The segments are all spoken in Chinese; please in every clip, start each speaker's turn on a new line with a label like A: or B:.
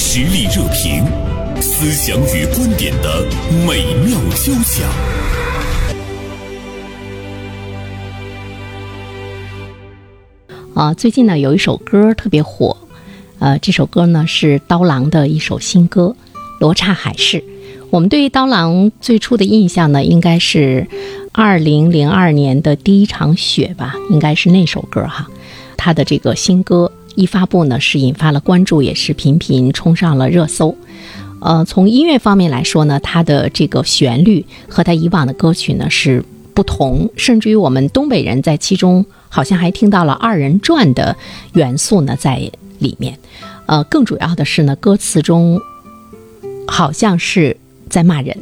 A: 实力热评，思想与观点的美妙交响。
B: 啊，最近呢有一首歌特别火，呃，这首歌呢是刀郎的一首新歌《罗刹海市》。我们对于刀郎最初的印象呢，应该是二零零二年的第一场雪吧，应该是那首歌哈。他的这个新歌一发布呢，是引发了关注，也是频频冲上了热搜。呃，从音乐方面来说呢，它的这个旋律和他以往的歌曲呢是不同，甚至于我们东北人在其中好像还听到了二人转的元素呢在里面。呃，更主要的是呢，歌词中好像是在骂人，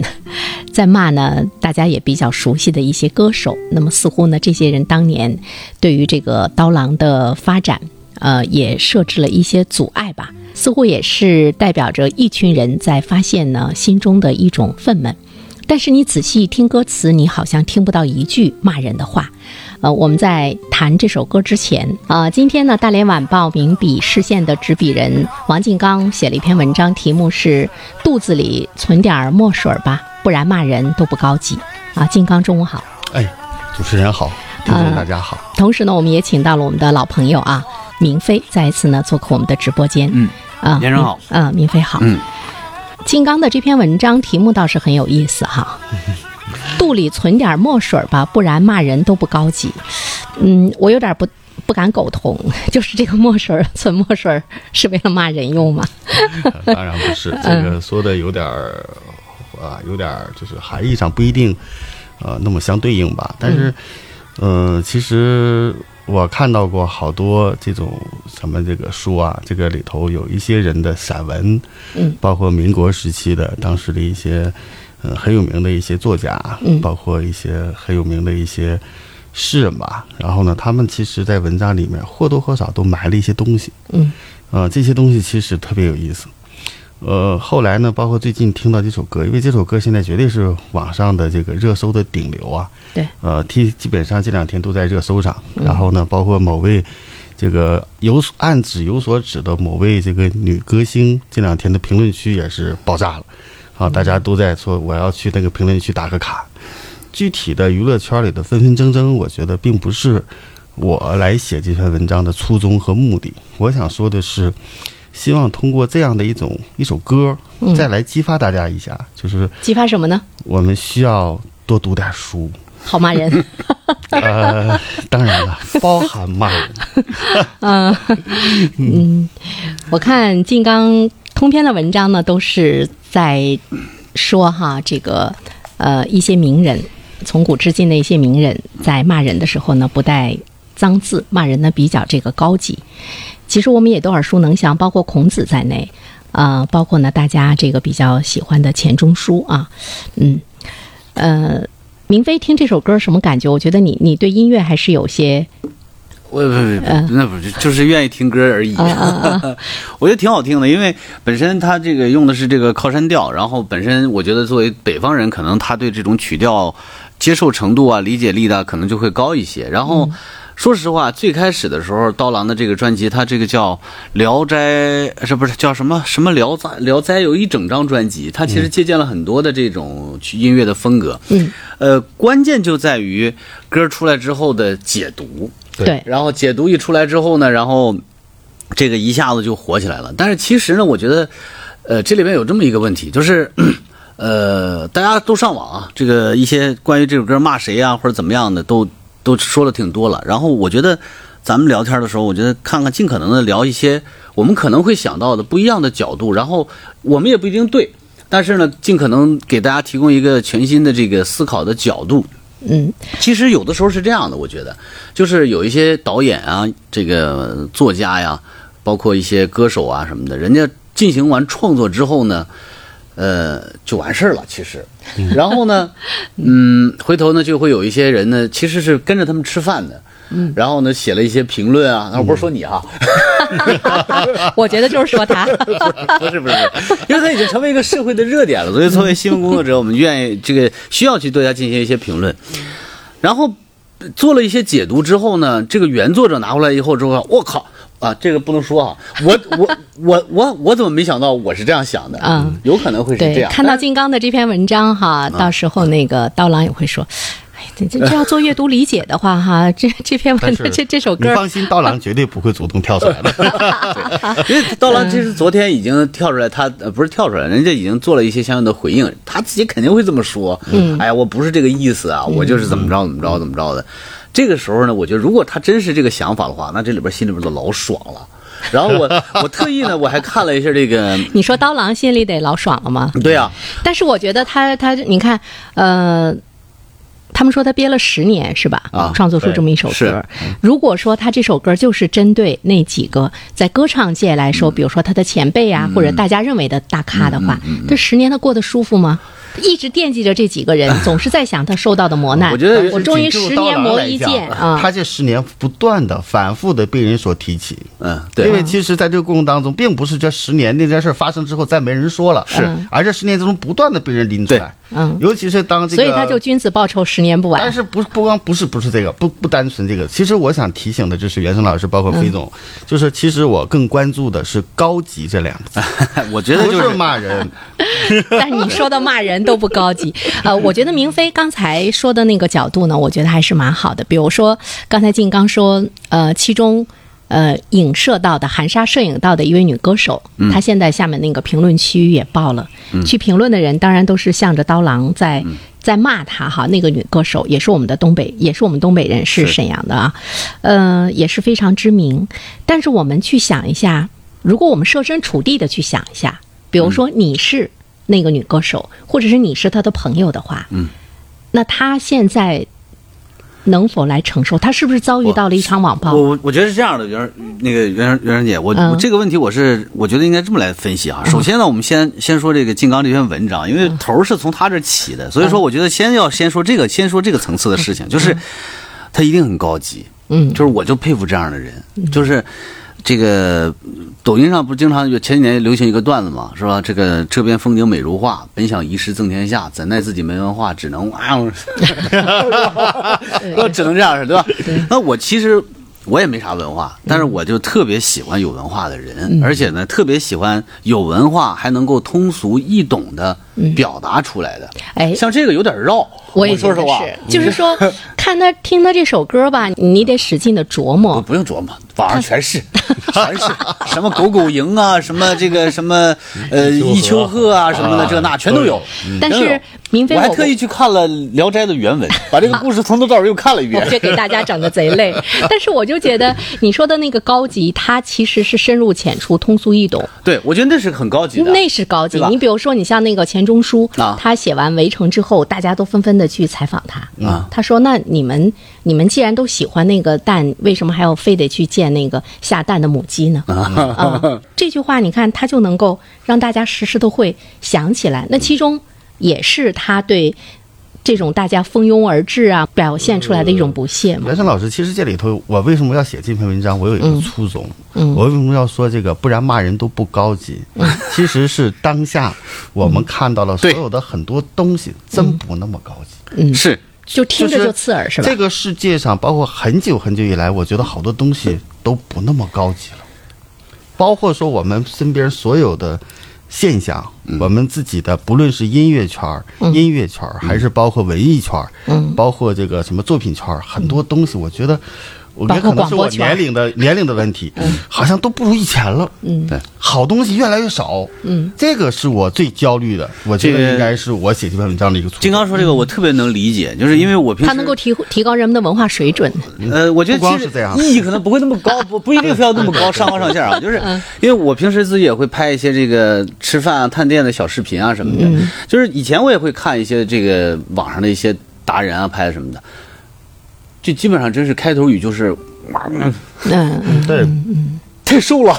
B: 在骂呢大家也比较熟悉的一些歌手。那么似乎呢，这些人当年对于这个刀郎的发展，呃，也设置了一些阻碍吧。似乎也是代表着一群人在发现呢心中的一种愤懑。但是你仔细听歌词，你好像听不到一句骂人的话。呃，我们在谈这首歌之前，呃，今天呢，《大连晚报》名笔视线的执笔人王进刚写了一篇文章，题目是“肚子里存点儿墨水儿吧，不然骂人都不高级”。啊，进刚，中午好。
C: 哎，主持人好，听众大家好。
B: 同时呢，我们也请到了我们的老朋友啊，明飞，再一次呢做客我们的直播间。
D: 嗯，
B: 啊，
D: 先生好
B: 明，啊，明飞好。
D: 嗯，
B: 金刚的这篇文章题目倒是很有意思 哈，肚里存点墨水吧，不然骂人都不高级。嗯，我有点不不敢苟同， 就是这个墨水存墨水是为了骂人用吗？
C: 当然不是，
B: 嗯
C: 这个说的有点儿啊，有点儿就是含义上不一定呃那么相对应吧。但是，
B: 嗯
C: 呃，其实我看到过好多这种咱们这个书啊，这个里头有一些人的散文，
B: 嗯，
C: 包括民国时期的当时的一些呃很有名的一些作家，
B: 嗯
C: 包括一些很有名的一些。诗人吧，然后呢，他们其实，在文章里面或多或少都埋了一些东西，
B: 嗯
C: 呃，这些东西其实特别有意思。呃，后来呢，包括最近听到这首歌，因为这首歌现在绝对是网上的这个热搜的顶流啊。
B: 对。
C: 呃，基基本上这两天都在热搜上。然后呢，包括某位这个有所暗指有所指的某位这个女歌星，这两天的评论区也是爆炸了。啊，大家都在说我要去那个评论区打个卡。具体的娱乐圈里的纷纷争争，我觉得并不是我来写这篇文章的初衷和目的。我想说的是，希望通过这样的一种一首歌，
B: 嗯
C: 再来激发大家一下，就是
B: 激发什么呢？
C: 我们需要多读点 书。
B: 好骂人。
C: 呃，当然了，包含骂人。
B: 我看金刚通篇的文章呢，都是在说哈这个呃一些名人，从古至今的一些名人在骂人的时候呢，不带脏字，骂人呢比较这个高级。其实我们也都耳熟能详，包括孔子在内，呃，包括呢大家这个比较喜欢的钱钟书啊，嗯，呃，明飞听这首歌什么感觉？我觉得你你对音乐还是有些
D: 我不不不，那不是就是愿意听歌而已。
B: 呃嗯
D: 我觉得挺好听的，因为本身他这个用的是这个靠山调，然后本身我觉得作为北方人，可能他对这种曲调接受程度啊、理解力的可能就会高一些。然后、说实话，最开始的时候，刀郎的这个专辑，他这个叫《聊斋》，呃是不是叫什么什么聊斋？聊斋有一整张专辑，他其实借鉴了很多的这种音乐的风格。
B: 嗯，
D: 呃，关键就在于歌出来之后的解读。
B: 对
D: 然后解读一出来之后呢，然后这个一下子就火起来了。但是其实呢，我觉得，呃，这里边有这么一个问题，就是， 呃，大家都上网啊，这个一些关于这首歌骂谁啊或者怎么样的，都都说了挺多了。然后我觉得。咱们聊天的时候，我觉得看看尽可能的聊一些我们可能会想到的不一样的角度，然后我们也不一定对，但是呢，尽可能给大家提供一个全新的这个思考的角度。
B: 嗯
D: 其实有的时候是这样的，我觉得，就是有一些导演啊，这个作家呀，包括一些歌手啊什么的，人家进行完创作之后呢，呃，就完事儿了。其实，然后呢，嗯，回头呢就会有一些人呢，其实是跟着他们吃饭的。嗯，然后呢，写了一些评论啊，那不是说你啊，
B: 我觉得就是说他。
D: 不是不是，不是，因为它已经成为一个社会的热点了，所
B: 嗯
D: 以作为新闻工作者，我们愿意这个需要去对它进行一些评论，然后呃做了一些解读之后呢，这个原作者拿过来以后之后，我靠，啊，这个不能说啊，我我我我我怎么没想到我是这样想的？
B: 嗯，
D: 有可能会是这
B: 对，
D: 样。
B: 看
C: 哎
B: 到金刚的这篇文章
C: 啊
B: 哈，到时候那个刀郎也会说。哎，这这这要做阅读理解的话，哈，这这篇
C: 但
B: 文
C: 是
B: 这这首
C: 你
B: 歌，
C: 放心，刀郎绝对不会主动跳出来的。
D: 因为刀郎其实昨天已经跳出来，他呃不是跳出来，人家已经做了一些相应的回应，他自己肯定会这么说。嗯，哎呀，我不是这个意思啊，我就是怎么着怎么着怎么着的。这个时候呢，我觉得如果他真是这个想法的话，那这里边心里边都老爽了。然后我 我特意呢，我还看了一下这个，
B: 你说刀郎心里得老爽了吗？
D: 对啊，
B: 但是我觉得他他，你看，呃，他们说他憋了十年是吧？
D: 啊
B: 创作出这么一首
D: 对
B: 歌
D: 是。嗯
B: 如果说他这首歌就是针对那几个在歌唱界来
D: 嗯
B: 说，比如说他的前辈啊，或者大家认为的大咖的话，
D: 嗯
B: 这十年他过得舒服吗？一直惦记着这几个 人，总是在想他受到的磨难。
D: 我觉得
B: 我 终 于十年磨一剑啊！
C: 他这十年不断的、反复的被人所提起，
D: 嗯，
C: 因
D: 对
C: 为其实在这个过程当中，并不是这十年那件事儿发生之后再没人说了，是，而这十年之中不断的被人拎出来，
B: 嗯，
C: 尤其是当这个，
B: 所以他就君子报仇，十年不晚
C: 但。是不不光不是不是这个，不不单纯这个。其实我想提醒的就是袁生老师，包括飞总，就是其实我更关注的是“高级”这两个字，
D: 我觉得
C: 不
D: 就是 是
C: 骂人，
B: 但你说的骂人都不高级。呃，我觉得明飞刚才说的那个角度呢，我觉得还是蛮好的。比如说刚才静刚说，呃，其中。呃，影射到的含沙射影到的一位女歌手，她现在下面那个评论区也爆了，去评论的人当然都是向着刀郎在、在骂她哈。那个女歌手也是我们的东北，也是我们东北人，是沈阳的啊，呃，也是非常知名。但是我们去想一下，如果我们设身处地的去想一下，比如说你是那个女歌手，或者是你是她的朋友的话，嗯，那她现在能否来承受？她是不是遭遇到了一场网
D: 我
B: 暴？
D: 我我觉得是这样的，袁那个袁袁生姐，我、
B: 嗯
D: 我这个问题我是我觉得应该这么来分析啊。首先呢，我们先先说这个金刚这篇文章，因为头儿是从他这儿起的，所以说我觉得先要先说这个，先说这个层次的事情，就是他一定很高级，
B: 嗯
D: 就是我就佩服这样的人，就是这个嗯抖音上不是经常有前几年流行一个段子嘛，是吧？这个这边风景美如画，本想一诗赠天下，怎奈自己没文化，只能啊， 我只能这样式，对吧？那我其实我也没啥文化，
B: 嗯
D: 但是我就特别喜欢有文化的人，而且呢，特别喜欢有文化还能够通俗易懂的表达出来的。
B: 嗯哎，
D: 像这个有点绕，
B: 我也觉
D: 说
B: 得
D: 实话，
B: 是，就是 说，看她听她这首歌吧，你得使劲的琢
D: 我
B: 磨。
D: 不用琢磨，网上全是， 全是什么狗狗营 啊，什么这个什么呃
C: 一
D: 一
C: 丘
D: 丘
C: 壑
D: 壑啊什么的，这那全都有。
B: 但
D: 真
B: 是
D: 有
B: 明飞，
D: 我还特意去看了《聊斋》的原 文，把这个故事从头到尾又看了一
B: 我
D: 遍。
B: 这给大家整的贼 累，但是我就觉得你说的那个高级，它其实是深入浅出、通俗易懂，
D: 对，我觉得那是很高级的。
B: 那是高级
D: 对。吧
B: 你比如说，你像那个钱钟书，
D: 啊
B: 他写完《围城》之后，大家都纷纷的去采访他。
D: 啊
B: 他说：“那你们你们既然都喜欢那个蛋，为什么还要非得去见那个下蛋的母鸡呢？”啊、这句话你看，他就能够让大家时时都会想起来。那其中也是他对这种大家蜂拥而至啊表现出来的一种不屑嘛。
C: 袁生老师，其实这里头我为什么要写这篇文章？我有一个初衷，我为什么要说这个？不然骂人都不高级。其实是当下我们看到了所有的很多东西真不那么高级，
D: 是
B: 就听着
C: 是
B: 就刺耳，是吧？
C: 这个世界上，包括很久很久以来，我觉得好多东西都不那么高级了，包括说我们身边所有的。现象，
B: 嗯
C: 我们自己的不论是音乐圈儿、音乐圈儿，还是包括文艺圈儿，
B: 嗯
C: 包括这个什么作品圈儿，很多东西，我觉得，我觉得
B: 包括
C: 可能
B: 广
C: 是
B: 播
C: 我
B: 圈儿嗯
C: 年龄的年龄的问题，好像都不如以前了。嗯
D: 对，
C: 好东西越来越少。嗯，这个是我最焦虑的，我觉
D: 这
C: 得
D: 个
C: 应该是我写这篇文章的一个初衷。
D: 金刚说这个，我特别能理解，就是因为我平时
B: 它能够提提高人们的文化水准。
D: 呃，我觉得
C: 嗯不光
D: 其实
C: 是这样
D: 意义可能不会那么高，不不一定非要那么高，上纲上线啊。就是
B: 嗯
D: 因为我平时自己也会拍一些这个吃饭啊、探店的小视频啊什么的。
B: 嗯
D: 就是以前我也会看一些这个网上的一些达人啊拍的什么的，就基本上真是开头语就是哇，
B: 嗯，嗯
C: 对
D: 太瘦了，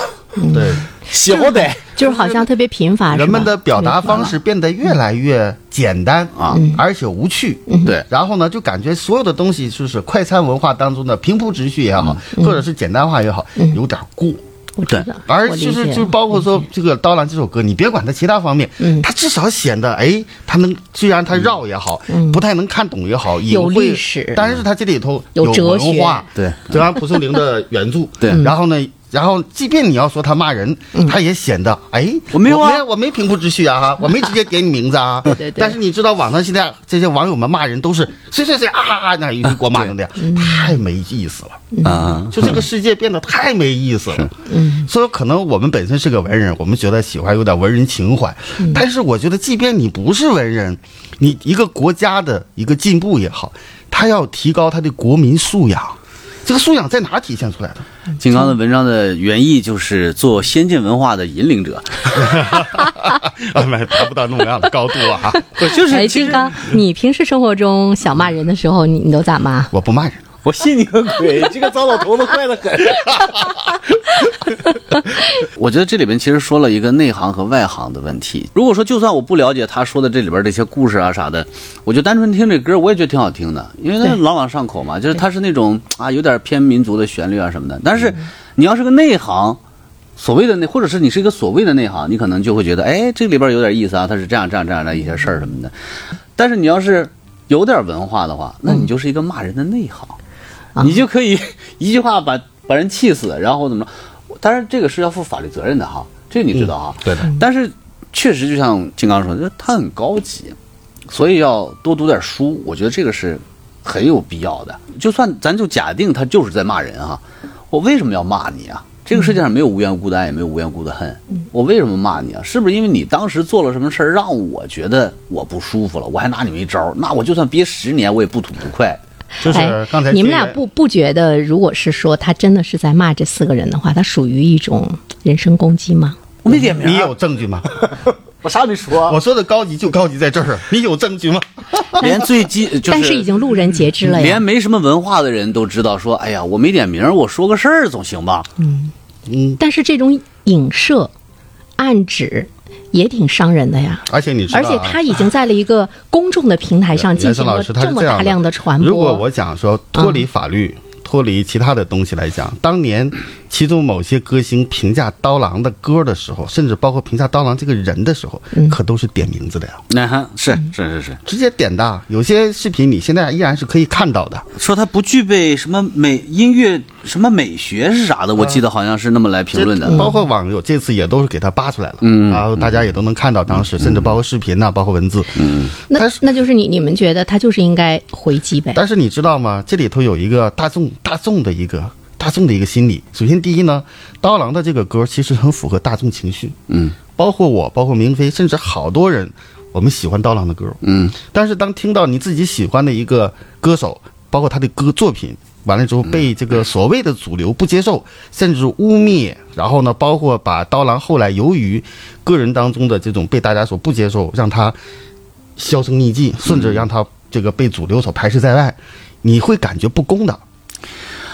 C: 对，
D: 写好歹。
B: 就是好像特别贫乏，啊是吧
C: 人们的表达方式变得越来越简单啊，而且无趣。
D: 对
C: 然后呢，就感觉所有的东西就是快餐文化当中的平铺直叙也好，或者是简单化也好，有点过。
B: 我知道，
C: 而
B: 我理
C: 就
B: 解嗯
C: 是就包括说这个《刀郎》这首歌，你别管它其他方面，它至少显得哎，它能虽然它绕也好，不太能看懂也好，也
B: 嗯有
C: 会
B: 历史
C: 但是它这里头
B: 有哲嗯
C: 文化，
D: 学
C: 对，德安蒲松龄的原著，
D: 对
C: 然后呢，然后，即便你要说他骂人，他也显得哎，
D: 我没有啊
C: 我没我没平铺直叙啊，哈，我没直接点你名字啊。
B: 对对对
C: 但是你知道，网上现在这些网友们骂人都是谁谁谁啊啊啊，那一句
B: 嗯
C: 国骂成那样，太没意思了。
D: 啊，
C: 就这个世界变得太没意思了。嗯，所以可能我们本身是个文人，我们觉得喜欢有点文人情怀。但是我觉得，即便你不是文人，你一个国家的一个进步也好，他要提高他的国民素养。这个素养在哪体现出来 的？
B: 嗯
D: 金刚的文章的原意就是做先进文化的引领者，
C: 啊，没达不到那么样的高度啊！
D: 不就是
B: 哎，
D: 其
B: 金
D: 实
B: 刚，你平时生活中想骂人的时候，你你都咋骂？
C: 我不骂人，
D: 我信你个鬼！这个糟老头子坏得很。 我觉得这里面其实说了一个内行和外行的问题。如果说就算我不了解他说的这里边这些故事啊啥的，我就单纯听这歌，我也觉得挺好听的，因为它
B: 对
D: 朗朗上口嘛，就是它是那种啊有点偏民族的旋律啊什么的。但是你要是个内行，所谓的内，或者是你是一个所谓的内行，你可能就会觉得，哎，这里边有点意思啊，它是这样这样这样的一些事儿什么的。但是你要是有点文化的话，那你就是一个骂人的内行，
C: 啊
D: 你就可以 一句话把把人气死，然后怎么着？当然这个是要负法律责任的哈，这个你知道哈。
C: 嗯对的。
D: 但是确实就像金刚说的，就是它很高级，所以要多读点书，我觉得这个是很有必要的。就算咱就假定他就是在骂人啊，我为什么要骂你啊？这个世界上没有无缘无故的爱，也没有无缘无故的恨。
C: 嗯
D: 我为什么骂你啊？是不是因为你当时做了什么事儿让我觉得我不舒服了？我还拿你没招儿，那我就算憋十年，我也不吐不快。
C: 就是刚才
B: 哎、你们
C: 这
B: 俩
C: 个
B: 不不觉得，如果是说他真的是在骂这四个人的话，他属于一种人身攻击吗？
D: 我没点名儿，
C: 你有 证据吗？
D: 我啥也没说，
C: 我说的高级就高级在这儿，你有证据吗？
D: 连最基就是
B: 但是已经路人皆知了呀
D: 连。没什么文化的人都知道说，哎呀，我没点名儿，我说个事儿总行吧？
B: 但是这种影射、暗指也挺伤人的呀。
C: 而且你知道
B: 而
C: 啊，
B: 且他已经在了一个公众的平台上进
C: 袁
B: 行
C: 生老
B: 了
C: 师，他是
B: 么
C: 这样
B: 大量的传播。
C: 如果我讲说脱离法律、脱离其他的东西来讲，当年其中某些歌星评价刀郎的歌的时候，甚至包括评价刀郎这个人的时候，
B: 嗯
C: 可都是点名字的呀，
D: 那、哈是是是是，
C: 直接点的。有些视频你现在依然是可以看到的。
D: 说他不具备什么美音乐什么美学是啥的，
B: 嗯
D: 我记得好像是那么来评论的。
C: 包括网友这次也都是给他扒出来了，嗯，然后大家也都能看到当
D: 嗯
C: 时，甚至包括视频呐、包括文字，嗯，
B: 那
C: 但是
B: 那就是你你们觉得他就是应该回击呗？
C: 但是你知道吗？这里头有一个大众大众的一个大众的一个心理。首先，第一呢，刀郎的这个歌其实很符合大众情绪，
D: 嗯，
C: 包括我，包括明飞，甚至好多人，我们喜欢刀郎的歌，
D: 嗯，
C: 但是当听到你自己喜欢的一个歌手，包括他的歌作品，完了之后被这个所谓的主流不接受，甚至污蔑，然后呢，包括把刀郎后来由于个人当中的这种被大家所不接受，让他销声匿迹，甚至让他这个被主流所排斥在外，你会感觉不公的。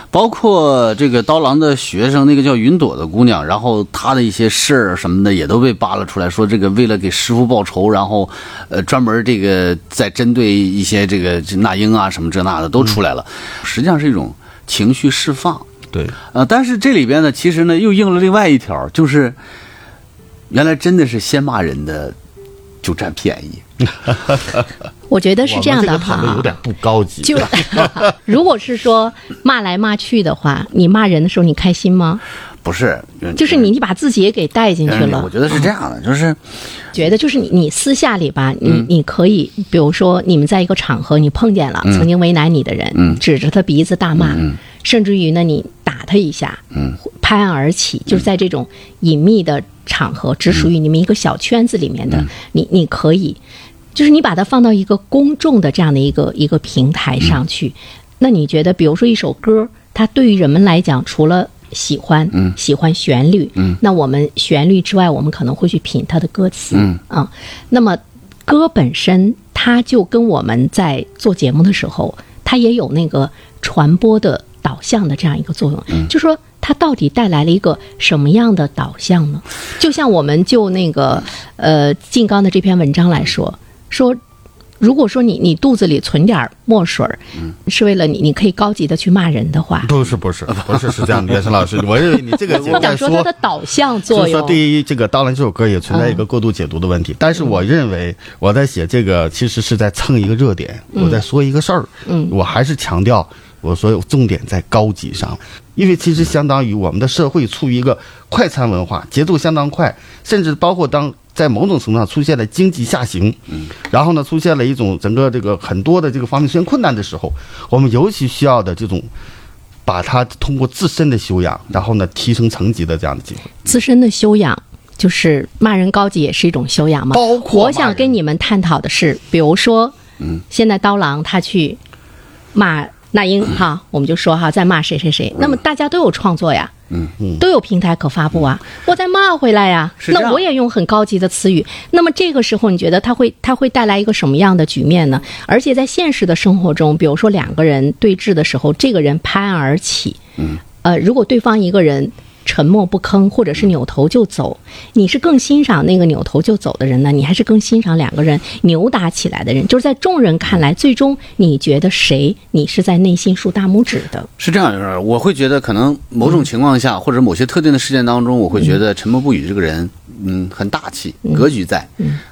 D: 包括这个刀郎的学生，那个叫云朵的姑娘，然后她的一些事儿什么的也都被扒了出来，说这个为了给师傅报仇，然后呃专门这个在针对一些这个这那英啊什么这那的都出来了，实际上是一种情绪释放。
C: 对，
D: 呃，但是这里边呢，其实呢又应了另外一条，就是原来真的是先骂人的就占便宜。
B: 我觉得是这样的
C: 讨论有
B: 哈。
C: 点不高级。
B: 就如果是说骂来骂去的话，你骂人的时候你开心吗？
D: 不是，原
B: 就是你，你把自己也给带进
D: 原
B: 去
D: 来
B: 了
D: 哎我。觉得是这样的，就是
B: 觉得就是你，你私下里吧，你、
D: 嗯
B: 你可以，比如说你们在一个场合，你碰见了
D: 嗯
B: 曾经为难你的人，指着他鼻子大骂，甚至于呢，你打他一下，
D: 嗯
B: 拍案而起，就是在这种隐秘的场合，只属于你们一个小圈子里面
D: 嗯
B: 的，你你可以，就是你把它放到一个公众的这样的一个一个平台
D: 嗯
B: 上去，那你觉得，比如说一首歌，它对于人们来讲，除了喜欢，嗯，喜欢旋律，嗯，那我们旋律之外，我们可能会去品它的歌词，嗯啊，那么歌本身，它就跟我们在做节目的时候，它也有那个传播的导向的这样一个作用，
C: 嗯
B: 就说它到底带来了一个什么样的导向呢？就像我们就那个呃静冈的这篇文章来说，说如果说你你肚子里存点儿墨水儿，
C: 嗯
B: 是为了你你可以高级的去骂人的话，
C: 不是不是不是是这样的，袁生老师，我认为你这个节目
B: 我
C: 在
B: 想说它的导向
C: 就
B: 作
C: 是说，
B: 用。嗯
C: 对于这个《刀郎》这首歌也存在一个过度解读的问题。但是我认为我
B: 嗯
C: 在写这个其实是在蹭一个热点，我在说一个事儿。嗯，我还是强调我说重点在高级上，因为其实相当于我们的社会处于一个快餐文化，节奏相当快，甚至包括当在某种程度上出现了经济下行，
B: 嗯
C: 然后呢出现了一种整个这个很多的这个方面出现困难的时候，我们尤其需要的这种。把它通过自身的修养，然后呢提升层级的这样的机会，
B: 自身的修养，就是骂人高级也是一种修养嘛。
C: 包括
B: 我想跟你们探讨的是，比如说，嗯，现在刀郎他去骂那 英哈，我们就说哈，在骂谁谁谁，那么大家都有创作呀。
D: 嗯
B: 嗯，都有平台可发布啊，我再骂回来呀、
D: 是这样
B: 那我也用很高级的词语。那么这个时候，你觉得它会它会带来一个什么样的局面呢？而且在现实的生活中，比如说两个人对峙的时候，这个人拍案而起，
D: 嗯
B: 呃，如果对方一个人沉默不吭，或者是扭头就走，你是更欣赏那个扭头就走的人呢，你还是更欣赏两个人扭打起来的人？就是在众人看
D: 嗯
B: 来，最终你觉得谁你是在内心竖大拇指的？
D: 是这样一个事儿，我会觉得可能某
B: 嗯
D: 种情况下，或者某些特定的事件当中，我会觉得沉默不语这个人，嗯，很大气，格局在。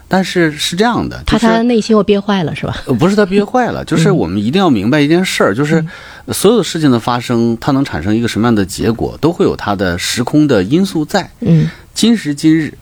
D: 但是是这样的，就
B: 怕嗯
D: 是
B: 他嗯的内心又憋坏了是吧？
D: 呃不是他憋坏了，就是我们一定要明白一件事儿，就是
B: 嗯
D: 所有的事情的发生，它能产生一个什么样的结果，都会有它的时空的因素在。
B: 嗯，
D: 今时今日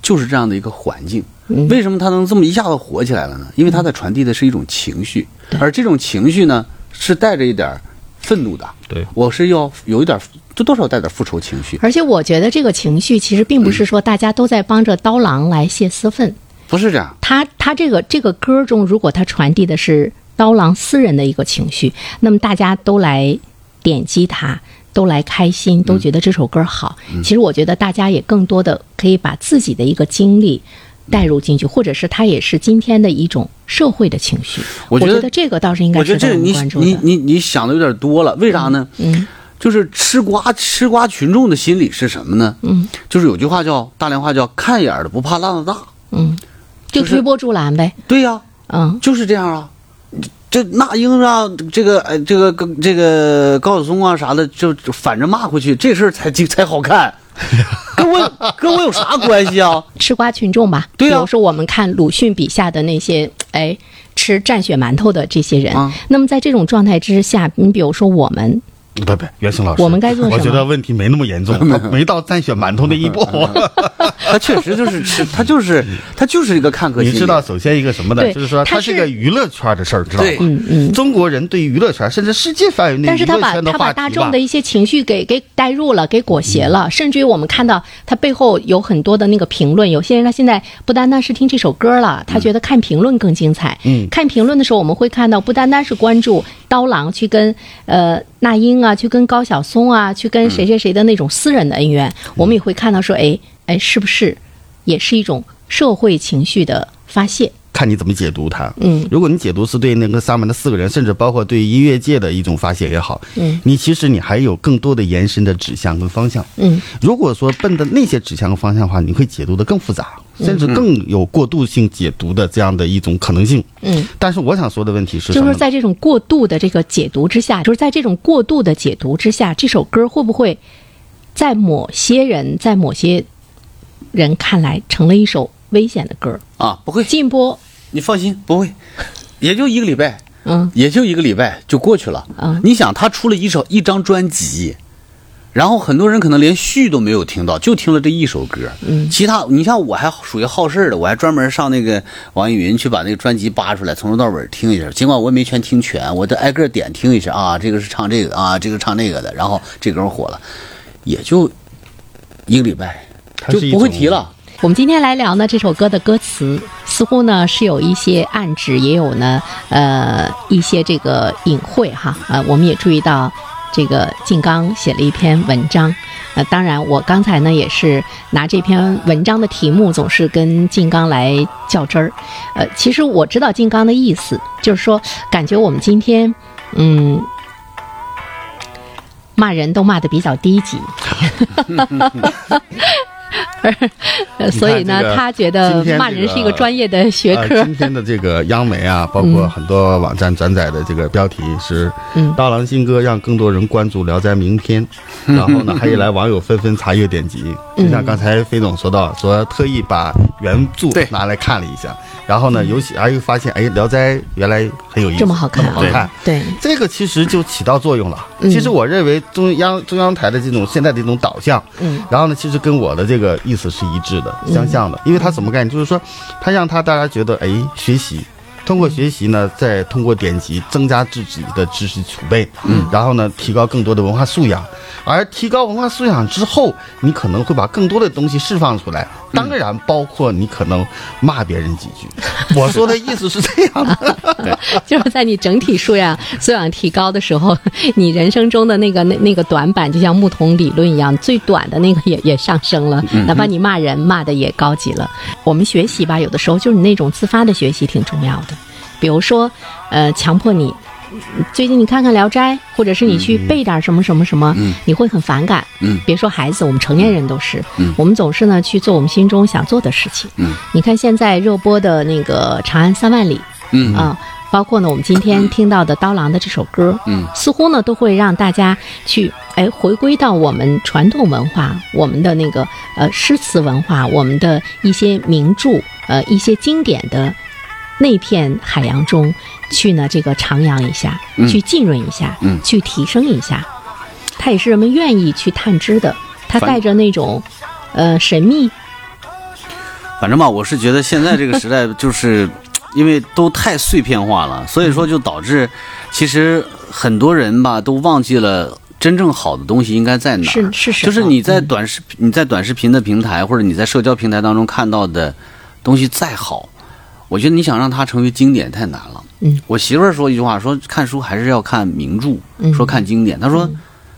D: 就是这样的一个环境。
B: 嗯
D: 为什么它能这么一下子火起来了呢？因为它在传递的是一种情绪，而这种情绪呢，是带着一点儿愤怒的。
C: 对，
D: 我是要有一点儿，就多少带点儿复仇情绪。
B: 而且我觉得这个情绪其实并
D: 嗯
B: 不是说大家都在帮着刀郎来泄私愤，
D: 不是这样，
B: 他他这个这个歌中，如果他传递的是刀郎私人的一个情绪，那么大家都来点击他，都来开心，都觉得这首歌好。
D: 嗯
B: 其实我觉得大家也更多的可以把自己的一个经历。带入进去，
D: 嗯
B: 或者是他也是今天的一种社会的情绪。我
D: 我觉得
B: 这个倒是应该
D: 我觉得
B: 值
D: 这
B: 得
D: 个
B: 我们
D: 你
B: 关注
D: 你
B: 的。
D: 你你想的有点多了，为啥呢？
B: 嗯
D: 就是吃瓜吃瓜群众的心理是什么呢？嗯，就是有句话叫大连话叫看眼儿的不怕浪子大。
B: 嗯，就
D: 就是
B: 推波助澜呗。
D: 对呀、
B: 嗯，
D: 就是这样啊。这那英啊，这个呃，这个跟这个高晓松啊啥的，就就反着骂回去，这事儿才才 好看，跟我跟我有啥关系啊？
B: 吃瓜群众吧。
D: 对啊
B: 比如说我们看鲁迅笔下的那些，哎，吃蘸血馒头的这些人，
D: 啊
B: 那么在这种状态之下，你比如说我们，
C: 不不，袁兴老师，
B: 我们该做什么
C: 我觉得问题没那么严重， 他没到蘸选馒头那一步。
D: 嗯他确实就是吃，他就是他就是一个看客心
C: 你
D: 理。
C: 知道，首先一个什么呢
B: 对？
C: 就是说，
B: 它
C: 它是
B: 是
C: 个娱乐圈的事儿，知道
D: 对
C: 吧？
B: 嗯嗯，
C: 中国人对娱乐圈，甚至世界范围内
B: 但
C: 娱
B: 是他
C: 乐
B: 把
C: 圈的
B: 他把
C: 话
B: 大
C: 题
B: 众
C: 吧嗯
B: 的，一些情绪给给带入了，给裹挟了，甚至于我们看到他背后有很多的那个评论，有些人他现在不单单是听这首歌了，
C: 嗯
B: 他觉得看评论更精彩。嗯，看评论的时候，我们会看到不单单是关注刀郎去跟呃那英啊，去跟高晓松啊，去
C: 嗯
B: 跟谁谁谁的那种私人的恩怨，我们也会看到说，哎哎，是不是也是一种社会情绪的发泄？
C: 看你怎么解读它。
B: 嗯，
C: 如果你解读是对那个萨满的四个人，甚至包括对音乐界的一种发泄也好，
B: 嗯，
C: 你其实你还有更多的延伸的指向跟方向。
B: 嗯，
C: 如果说奔着那些指向和方向的话，你会解读的更复杂，
B: 嗯
C: 甚至更有过渡性解读的这样的一种可能性。
B: 嗯，
C: 但是我想说的问题是什
B: 就
C: 么
B: 是
C: 呢？
B: 在这种过度的这个解读之下，就是在这种过度的解读之下，这首歌会不会在某些人在某些人看来成了一首危险的歌？
D: 啊，不会，
B: 禁播，
D: 你放心，不会，也就一个礼拜，
B: 嗯，
D: 也就一个礼拜就过去了。
B: 嗯
D: 你想，他出了一首一张专辑，然后很多人可能连序都没有听到，就听了这一首歌。嗯，其他你像我还属于好事儿的，我还专门上那个网易云去把那个专辑扒出来，从头到尾听一下。尽管我也没全听全，我得挨个点听一下啊，这个是唱这个啊，这个唱那个的，然后这歌火了，也就一个礼拜
C: 它
D: 就是
C: 一
D: 不会
C: 种
D: 提了。
B: 我们今天来聊呢这首歌的歌词，似乎呢是有一些暗指，也有呢呃一些这个隐晦哈。呃，我们也注意到这个静刚写了一篇文章。呃，当然，我刚才呢也是拿这篇文章的题目，总是跟静刚来较真儿。呃，其实我知道静刚的意思，就是说，感觉我们今天，嗯，骂人都骂的比较低 级，呃所以呢，
C: 你看
B: 他觉
C: 这个
B: 得
C: 今天
B: 骂
C: 这
B: 人是一个
C: 个
B: 专业的学科。
C: 呃。今天的这个央媒啊，包括很多网站转载的这个标题是
B: 嗯
C: 《刀
B: 嗯
C: 郎新歌》让更多人关注《聊斋名篇》，然后呢，还引来网友纷纷查阅典籍，就像刚才飞总说到，说特意把原著
D: 对
C: 拿来看了一下，然后呢，尤其而又发现，哎，《聊斋》原来很有意思，
B: 嗯这么好看啊
C: 这么好看。
B: 对，
C: 这个其实就起到作用了。其实我认为中央中央台的这种现在的这种导向，
B: 嗯，
C: 然后呢，其实跟我的这个意思是一致的、相像的。因为它什么概念？就是说，它让他大家觉得，哎，学习，通过学习呢，再通过典籍增加自己的知识储备，嗯，然后呢，提高更多的文化素养。而提高文化素养之后，你可能会把更多的东西释放出来，当然包括你可能骂别人几 句。我说的意思是这样的。
B: 就是在你整体素养素养提高的时候，你人生中的那个那那个短板，就像牧童理论一样，最短的那个 也也上升了，
D: 嗯
B: 哪怕你骂人骂的也高级了。我们学习吧，有的时候就是那种自发的学习挺重要的，比如说，呃，强迫你。最近你看看《聊斋》，或者是你去背点什么什么什么，你会很反感。
D: 嗯
B: 别说孩子，我们成年人都是，我们总是呢去做我们心中想做的事情。
D: 嗯
B: 你看现在热播的那个《长安三万里》，
D: 嗯
B: 啊、包括呢我们今天听到的刀郎的这首歌，
D: 嗯，
B: 似乎呢都会让大家去哎回归到我们传统文化，我们的那个呃诗词文化，我们的一些名著，呃一些经典的那片海洋中去呢这个徜徉一下，去浸润一下，
D: 嗯
B: 去提升一下，它也是人们愿意去探知的，它
D: 反
B: 带着那种呃神秘，
D: 反正吧，我是觉得现在这个时代，就是因为都太碎片化了，所以说就导致，其实很多人吧都忘记了真正好的东西应该在哪
B: 是
D: 儿。
B: 是嗯什么
D: 就是你在短视频、你在短视频的平台或者你在社交平台当中看到的东西再好，我觉得你想让它成为经典太难了。
B: 嗯，
D: 我媳妇儿说一句话，说看书还是要看名著，
B: 嗯
D: 说看经典。她说，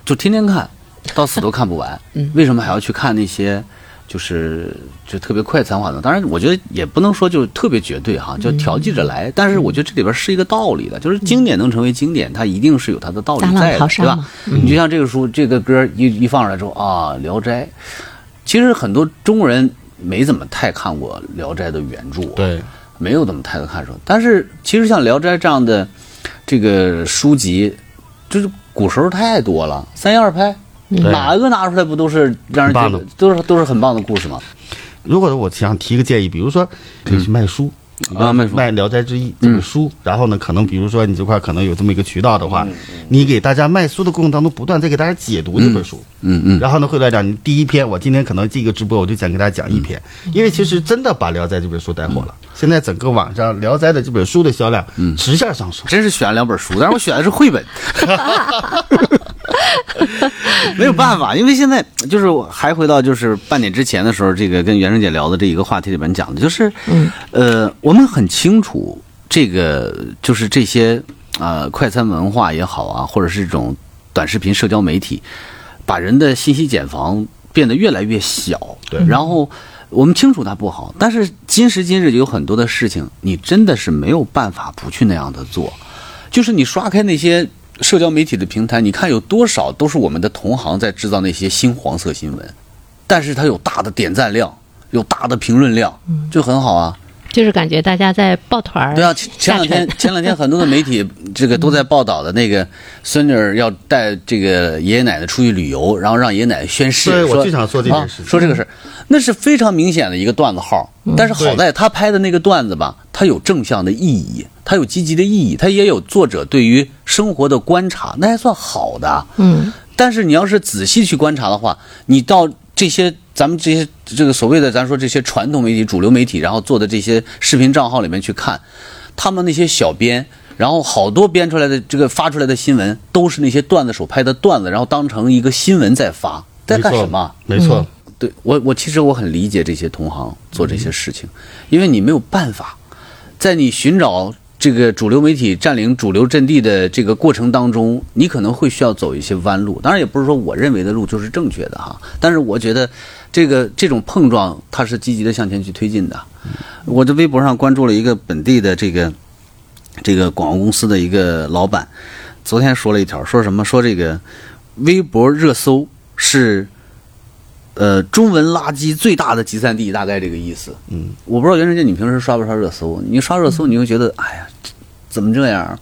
D: 就天天看，到死都看不完。
B: 嗯
D: 为什么还要去看那些就是就特别快餐化的？当然，我觉得也不能说就特别绝对哈，
B: 嗯
D: 就调剂着来。但是我觉得这里边是一个道理的，就是经典能成为经典，它一定是有它的道理
B: 大浪
D: 在的，
B: 淘沙
D: 对吧
B: 嘛？嗯
D: 你就像这个书、这个歌一一放出来之后啊，《聊斋》，其实很多中国人没怎么太看过《聊斋》的原著，
C: 对，
D: 没有怎么太多看书。但是其实像《聊斋》这样的这个书籍，就是古时候太多了，三言二拍。
C: 对
D: 哪个拿出来不都是让人觉
C: 很棒
D: 得
C: 的
D: 都是都是很棒的故事吗？
C: 如果我想提一个建议，比如说可以去卖书。
D: 啊嗯卖书嗯
C: 卖《聊斋志异》这本书，然后呢，可能比如说你这块可能有这么一个渠道的
D: 嗯
C: 话，你给大家卖书的过程当中，不断在给大家解读这本书，
D: 嗯嗯，
C: 然后呢，会来讲你第一篇，我今天可能这个直播我就想给大家讲一篇，
D: 嗯
C: 因为其实真的把《聊斋》这本书带火了，现在整个网上《聊斋》的这本书的销量
D: 嗯
C: 直线上升。
D: 真是选了两本书，但是我选的是绘本， 没有办法，因为现在就是我还回到就是半点之前的时候，这个跟袁生姐聊的这一个话题里边讲的，就是，嗯，呃，我们很清楚这个就是这些啊、呃快餐文化也好啊，或者是这种短视频社交媒体，把人的信息茧房变得越来越小，
C: 对
D: 然后。我们清楚它不好，但是今时今日有很多的事情，你真的是没有办法不去那样的做。就是你刷开那些社交媒体的平台，你看有多少都是我们的同行在制造那些新黄色新闻，但是它有大的点赞量，有大的评论量，
B: 嗯
D: 就很好啊。
B: 就是感觉大家在抱团儿
D: 对啊，前
B: 哎下
D: 前两
B: 沉
D: 天 前两天很多的 媒体这个都在报道的那个孙女儿要带这个爷爷奶奶出去旅游，然后让爷爷奶奶宣誓，
C: 对我
D: 说
C: 就想说这件
D: 啊
C: 事情
D: 说这个事儿，那是非常明显的一个段子号，
C: 嗯
D: 但是好在他拍的那个段子吧，它有正向的意义，它有积极的意义，它也有作者对于生活的观察，那还算好的。
B: 嗯，
D: 但是你要是仔细去观察的话，你到这些咱们这些这个所谓的咱说这些传统媒体、主流媒体，然后做的这些视频账号里面去看，他们那些小编，然后好多编出来的这个发出来的新闻，都是那些段子手拍的段子，然后当成一个新闻在发，在
C: 没
D: 干
C: 错
D: 什么？嗯
C: 没错，
D: 对我，我其实我很理解这些同行做这些事情，因为你没有办法，在你寻找这个主流媒体占领主流阵地的这个过程当中，你可能会需要走一些弯路。当然，也不是说我认为的路就是正确的哈，但是我觉得这个这种碰撞它是积极的向前去推进的。我在微博上关注了一个本地的这个这个广告公司的一个老板，昨天说了一条，说什么？说这个微博热搜是。呃，中文垃圾最大的集散地，大概这个意思。嗯，我不知道袁世杰，你平时刷不刷热搜？你刷热搜，你会觉得，哎呀，这怎么这样？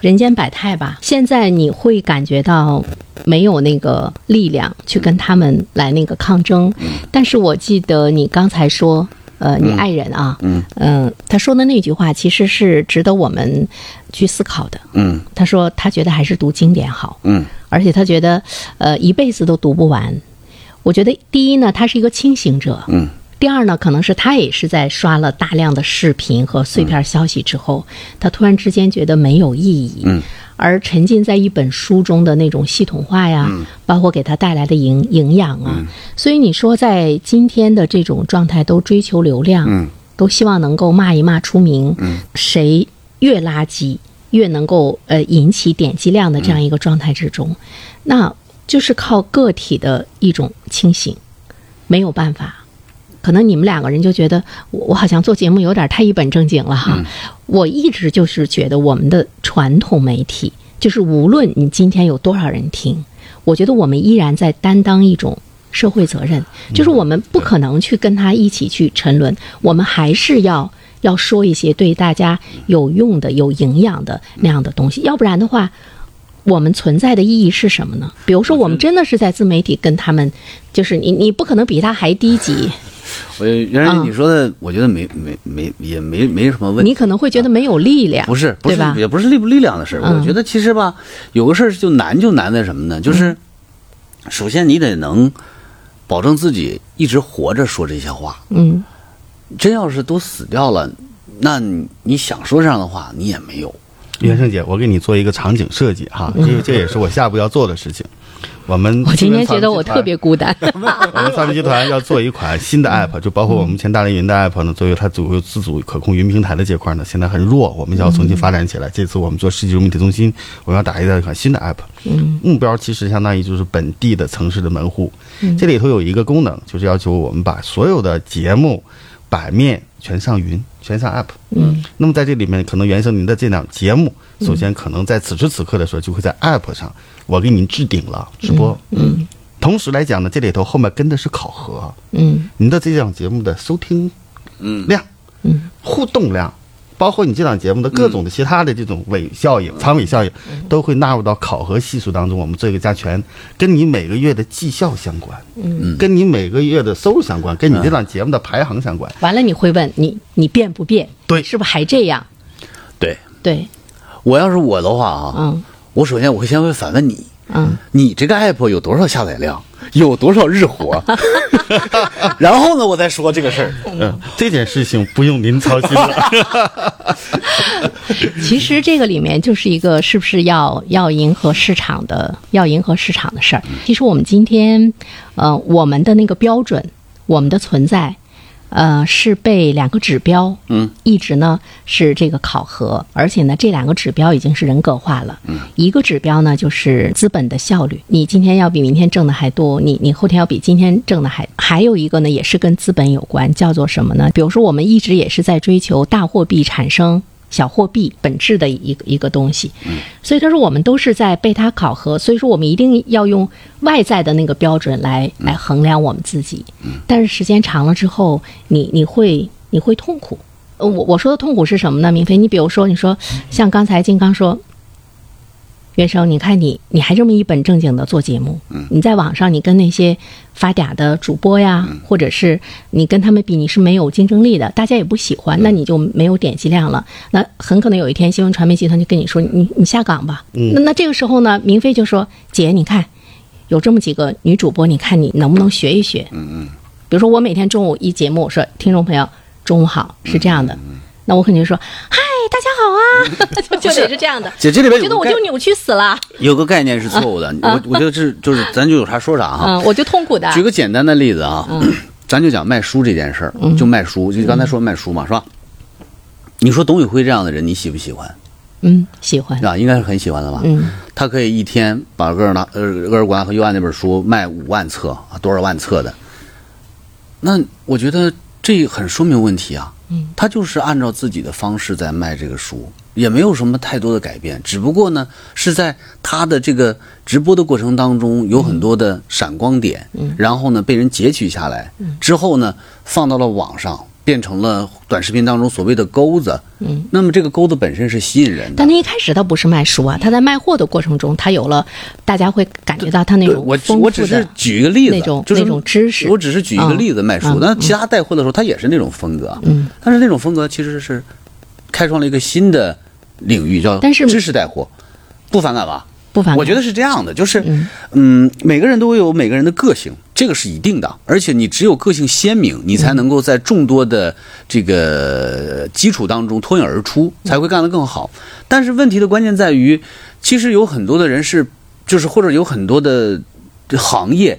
B: 人间百态吧。现在你会感觉到没有那个力量去跟他们来那个抗争，
D: 嗯
B: 但是我记得你刚才说，呃，你爱人啊，嗯他说的那句话其实是值得我们去思考的。
D: 嗯
B: 他说他觉得还是读经典好，
D: 嗯
B: 而且他觉得，呃，一辈子都读不完。我觉得第一呢，他是一个清醒者，
D: 嗯，
B: 第二呢，可能是他也是在刷了大量的视频和碎片消息之后，他突然之间觉得没有意义，
D: 嗯，
B: 而沉浸在一本书中的那种系统化呀，包括给他带来的营营养啊，所以你说在今天的这种状态，都追求流量，嗯，都希望能够骂一骂出名，嗯，谁越垃圾越能够呃引起点击量的这样一个状态之中，那就是靠个体的一种清醒，没有办法。可能你们两个人就觉得我我好像做节目有点太一本正经了哈。我一直就是觉得我们的传统媒体，就是无论你今天有多少人听，我觉得我们依然在担当一种。社会责任就是我们不可能去跟他一起去沉沦，我们还是要要说一些对大家有用的、有营养的那样的东西，要不然的话，我们存在的意义是什么呢？比如说，我们真的是在自媒体跟他们，就是你你不可能比他还低级，
D: 我原来
B: 嗯
D: 你说的，我觉得没没没也没没什么问
B: 你
D: 题。
B: 可能会觉得没有力量，
D: 不是，不
B: 对
D: 是
B: 吧，？
D: 也不是力不力量的事儿。
B: 嗯
D: 我觉得其实吧，有个事儿就难就难在什么呢？就是首先你得能保证自己一直活着说这些话。
B: 嗯
D: 真要是都死掉了，那你你想说这样的话，你也没有。
C: 袁胜姐，我给你做一个场景设计哈，因为
D: 嗯
C: 这也是我下步要做的事情。我们
B: 我今天
C: 新闻传
B: 觉
C: 媒
B: 得我
C: 集团
B: 特别孤 单，
C: 我们三明集团要做一款新的 app，就包括我们前大连云的 app 呢，作为它主自主可控云平台的这块呢，现在很弱，我们要重新发展起来。这次我们做世纪融媒体中心，我们要打造一款新的 app，目标其实相当于就是本地的城市的门户。这里头有一个功能，就是要求我们把所有的节目版面全上云，全上 app。
B: 嗯，
C: 那么在这里面，可能原生您的这档节目，首先可能在此时此刻的时候，就会在 app 上，我给您置顶了直播。嗯，同时来讲呢，这里头后面跟的是考核，
B: 嗯
C: 您的这档节目的收听
D: 嗯
C: 量、
B: 嗯
C: 互动量，包括你这档节目的各种的其他的这种尾效应、长尾效应，都会纳入到考核系数当中。我们做一个加权，跟你每个月的绩效相关，嗯，跟你每个月的收入相关，跟你这档节目的排行相关。
B: 完了你会问你你变不变？
C: 对
B: 是不是还这样？
D: 对
B: 对，
D: 我要是我的话啊，
B: 嗯
D: 我首先我会先会反问你，
B: 嗯，
D: 你这个 app 有多少下载量，有多少日活， 然后呢，我再说这个事儿。
C: 嗯，这件事情不用您操心 了。
B: 其实这个里面就是一个是不是要要迎合市场的要迎合市场的事儿。其实我们今天，呃，我们的那个标准，我们的存在，呃，是被两个指标，嗯，一直呢是这个考核，而且呢这两个指标已经是人格化了。嗯，一个指标呢就是资本的效率，你今天要比明天挣的还多，你你后天要比今天挣的还。还有一个呢也是跟资本有关，叫做什么呢？比如说我们一直也是在追求大货币产生。小货币本质的一个一个东西，所以他说我们都是在被它考核，所以说我们一定要用外在的那个标准来来衡量我们自己。但是时间长了之后，你你会你会痛苦。呃我我说的痛苦是什么呢？明飞，你比如说，你说像刚才金刚说，袁生，你看你你还这么一本正经的做节目，你在网上你跟那些发嗲的主播呀，或者是你跟他们比，你是没有竞争力的，大家也不喜欢，那你就没有点击量了。那很可能有一天新闻传媒集团就跟你说，你你下岗吧。那那这个时候呢，明飞就说，姐，你看有这么几个女主播，你看你能不能学一学？嗯嗯。比如说我每天中午一节目，我说听众朋友中午好，是这
D: 嗯
B: 样的，那我肯定说，嗨，大 家好啊，就就得是这样的。
D: 姐，这里边
B: 觉
D: 有
B: 得
D: 个
B: 我就
D: 概
B: 扭曲死了，
D: 有个概念是错误的，我我觉得是就是咱就有啥说啥哈。
B: 嗯，我就痛苦的。
D: 举个简单的例子啊，咱就讲卖书这件事儿，
B: 嗯
D: 就卖书，就刚才说卖书嘛，是吧？你说董宇辉这样的人，你喜不喜欢？
B: 嗯，喜欢
D: 是。吧？应该是很喜欢的吧？
B: 嗯，
D: 他可以一天把《额尔纳呃额尔古纳和右岸》那本书卖五万册啊，多少万册的？那我觉得这很说明问题啊。嗯，他就是按照自己的方式在卖这个书，也没有什么太多的改变，只不过呢是在他的这个直播的过程当中有很多嗯的闪光点，嗯，然后呢被人截取下来，之后呢放到了网上，变成了短视频当中所谓的钩子。嗯，那么这个钩子本身是吸引人的
B: 但。他一开始他不是卖书啊，他在卖货的过程中，他有了大家会感觉到他那
D: 对
B: 种
D: 我
B: 丰
D: 我
B: 富
D: 只是
B: 的，
D: 举一个例子，
B: 那种
D: 就是
B: 那种知识
D: 我只是举一个
B: 嗯
D: 例子卖书
B: 嗯，
D: 那、其他带货的时候，他也是那种风格。嗯，但是那种风格其实是开创了一个新的领域，叫
B: 但是
D: 知识带货，不反感吧？
B: 不反感
D: 我觉得是这样的，就是，嗯，每个人都有每个人的个性，这个是一定的。而且你只有个性鲜明，你才能够在众多的这个基础当中脱颖而出，
B: 嗯
D: 才会干得更好。但是问题的关键在于，其实有很多的人是，就是或者有很多的行业，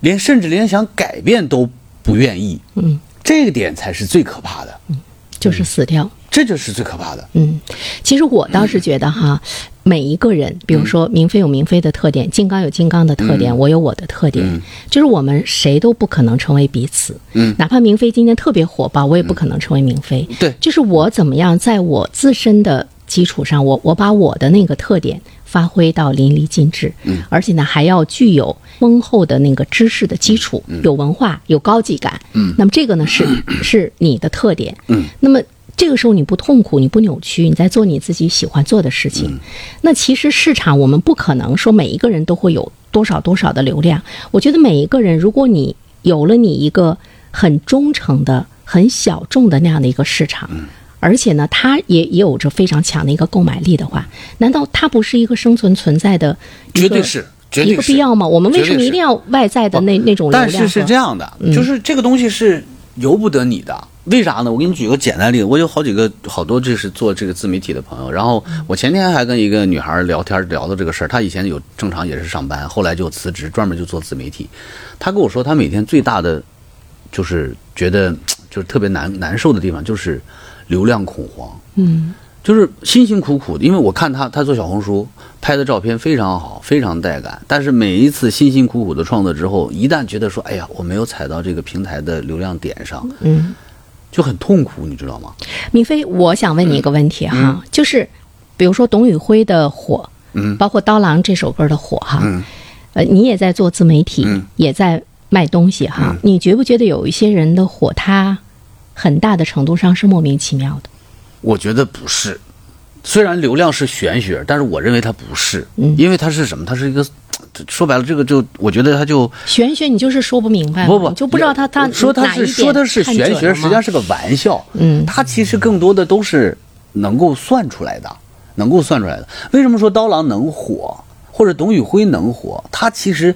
D: 连甚至连想改变都不愿意。嗯，这个点才是最可怕的，嗯
B: 就是死掉。
D: 这就是最可怕的。
B: 嗯，其实我倒是觉得哈，每一个人，比如说明飞有明飞的特点，金刚有金刚的特点，我有我的特点，就是我们谁都不可能成为彼此。
D: 嗯，
B: 哪怕明飞今天特别火爆，我也不可能成为明飞。
D: 对
B: 就是我怎么样在我自身的基础上，我我把我的那个特点发挥到淋漓尽致，嗯，而且呢还要具有丰厚的那个知识的基础，有文化，有高级感，嗯，那么这个呢 是是你的特点，嗯，那么。这个时候你不痛苦，你不扭曲，你在做你自己喜欢做的事情。那其实市场我们不可能说每一个人都会有多少多少的流量。我觉得每一个人，如果你有了你一个很忠诚的、很小众的那样的一个市场，
D: 嗯
B: 而且呢，它也也有着非常强的一个购买力的话，难道它不是一个生存存在的一
D: 绝
B: 个
D: 对是，绝
B: 一
D: 对
B: 个
D: 是
B: 必要吗？我们为
D: 绝对
B: 什么一
D: 是哦
B: 定要外在的那那种流量嗯
D: 但
B: 和？
D: 是是这样的，就是这个东西是由不得你的。为啥呢？我给你举个简单例子，我有好几个好多这是做这个自媒体的朋友，然后
B: 嗯
D: 我前天还跟一个女孩聊天聊到这个事儿，她以前有正常也是上班，后来就辞职，专门就做自媒体。她跟我说，她每天最大的就是觉得就是特别难难受的地方就是流量恐慌。就是辛辛苦苦的，因为我看他他做小红书拍的照片非常好，非常带感。但是每一次辛辛苦苦的创作之后，一旦觉得说，哎呀，我没有踩到这个平台的流量点上，
B: 嗯，
D: 就很痛苦，你知道吗？
B: 明飞，我想问你一个问题哈，就是比如说董宇辉的火，
D: 嗯
B: 包括刀郎这首歌的火哈，
D: 嗯
B: 呃，你也在做自媒体，
D: 嗯
B: 也在卖东西哈，你觉不觉得有一些人的火，他很大的程度上是莫名其妙的？
D: 我觉得不是。虽然流量是玄学，但是我认为它不是，
B: 嗯
D: 因为它是什么？它是一个，说白了，这个就我觉得它就
B: 玄学你就是说不明白嘛，
D: 不不
B: 你就不知道他他
D: 说他
B: 哪
D: 是
B: 一点
D: 说他是
B: 看准
D: 玄学，
B: 了
D: 实
B: 吗
D: 际上是个玩笑。
B: 嗯
D: 他其实更多的都是能够算出来的，能够算出来的。为什么说刀郎能火，或者董宇辉能火？他其实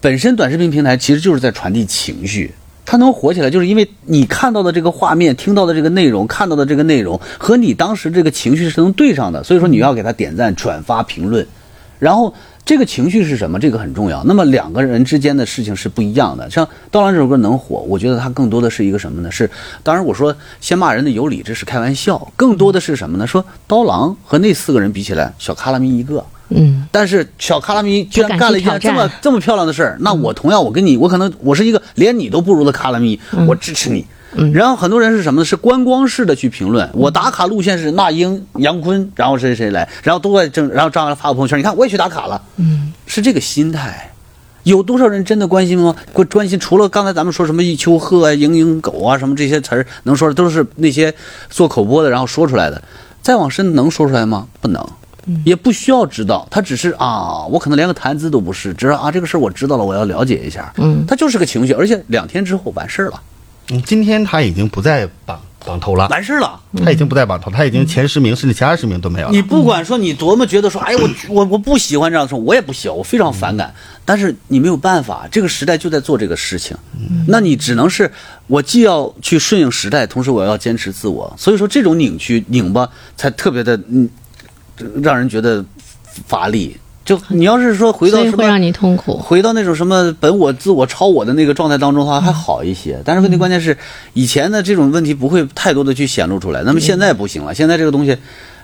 D: 本身短视频平台其实就是在传递情绪。它能火起来，就是因为你看到的这个画面、听到的这个内容、看到的这个内容和你当时这个情绪是能对上的，所以说你要给他点赞、转发、评论，然后这个情绪是什么？这个很重要。那么两个人之间的事情是不一样的。像《刀郎》这首歌能火，我觉得它更多的是一个什么呢？是当然我说先骂人的有理，这是开玩笑，更多的是什么呢？说刀郎和那四个人比起来，小卡拉咪一个。
B: 嗯，
D: 但是小卡拉咪居然
B: 不敢去
D: 干了一件这
B: 挑战嗯
D: 么这么漂亮的事儿，那我同样我跟你，我可能我是一个连你都不如的卡拉咪，
B: 嗯
D: 我支持你。然后很多人是什么呢？是观光式的去
B: 嗯
D: 评论。我打卡路线是那英、杨坤，然后谁谁来，然后都在正，然后张完发个朋友圈，你看我也去打卡了。嗯，是这个心态。有多少人真的关心吗？关关心除了刚才咱们说什么一丘壑啊、蝇营狗啊什么这些词儿能说的，都是那些做口播的然后说出来的。再往深能说出来吗？不能，
B: 嗯
D: 也不需要知道，他只是啊，我可能连个谈资都不是，只是啊这个事儿我知道了，我要了解一下。嗯，他就是个情绪，而且两天之后完事儿了，
C: 嗯，今天他已经不在榜榜头了，
D: 完事儿了。
C: 他已经不在榜头，他已经前十名甚至前二十名都没有
D: 你
C: 了。
D: 不管说你多么觉得说，哎呀，我我我不喜欢这样的事，我也不喜欢，我非常反感。嗯但是你没有办法，这个时代就在做这个事情，
B: 嗯
D: 那你只能是，我既要去顺应时代，同时我要坚持自我。所以说，这种拧曲拧巴才特别的，嗯，让人觉得乏力。就你要是说回到
B: 所以
D: 什么
B: 会让你痛 苦。
D: 回到那种什么本我、自我、超我的那个状态当
B: 嗯
D: 中的话，还好一些。但是问题关键是，以前的这种问题不会太多的去显露出来，那么现在
B: 嗯
D: 不行了，现在这个东西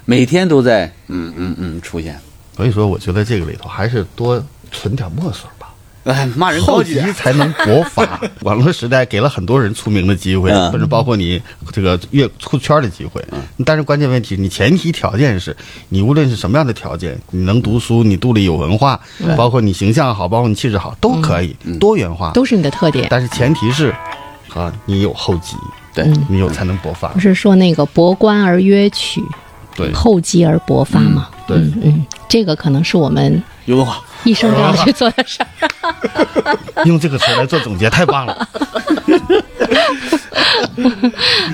D: 每天都在嗯嗯嗯出现。
C: 所以说，我觉得这个里头还是多存点墨水吧。
D: 哎，骂人高
C: 后
D: 级
C: 级
D: 点儿，
C: 才能国 法。网络时代给了很多人出名的机会，
D: 嗯
C: 或者包括你这个越出圈的机会。但是关键问题，你前提条件是你无论是什么样的条件，你能读书，你肚里有文化，包括你形象好，包括你气
D: 嗯
C: 质好，都可以多元化。
B: 都是你的特点，
C: 但是前提是，啊，你有后级，
D: 对，
B: 嗯
C: 你有才能勃发
B: 不。
D: 嗯
B: 是说那个博观而约取，
C: 对，
B: 厚积而薄发吗？
C: 对
B: 嗯嗯，这个可能是我们
D: 有文化，
B: 一生都要去做的事儿。
C: 用这个词来做总结，太棒 了。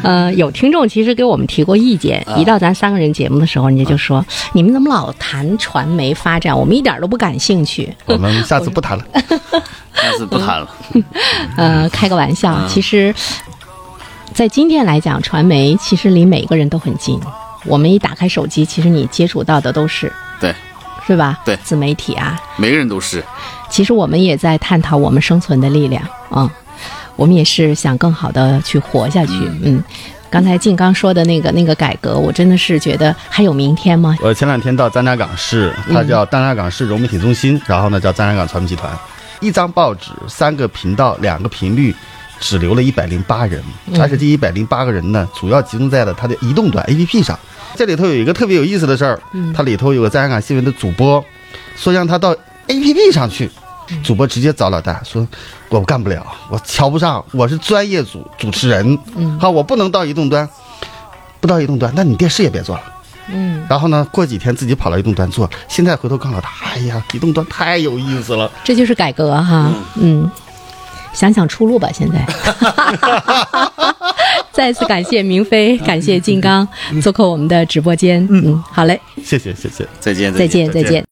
B: 呃，有听众其实给我们提过意见，一到咱三个人节目的时候，人家就说、你们怎么老谈传媒发展，我们一点儿都不感兴趣。
C: 我们下次不谈了。
D: 下次不谈了。
B: 呃，开个玩笑，其实，在今天来讲，传媒其实离每个人都很近。我们一打开手机，其实你接触到的都是，
D: 对，
B: 是吧？
D: 对
B: 自媒体啊，
D: 每个人都是，
B: 其实我们也在探讨我们生存的力量啊、嗯我们也是想更好的去活下去。嗯，刚才静刚说的那个那个改革，我真的是觉得还有明天吗？
C: 呃我前两天到张家港市，它叫张家港市融媒体中心，然后呢叫张家港传媒集团，一张报纸，三个频道，两个频率。只留了一百零八人，而且这一百零八个人呢，主要集中在了它的移动端 APP 上。这里头有一个特别有意思的事儿，它里头有个张家港新闻的主播，说让他到 APP 上去，主播直接找老大说：“我干不了，我瞧不上，我是专业主主持人，好，我不能到移动端，不到移动端，那你电视也别做了。”然后呢，过几天自己跑到移动端做，现在回头告诉他，哎呀，移动端太有意思了。
B: 这就是改革哈，嗯，想想出路吧，现 在。再次感谢明飞，感嗯谢金刚做客我们的直播间，嗯，好嘞，
C: 谢谢，谢谢。
D: 再见，
B: 再见，再见。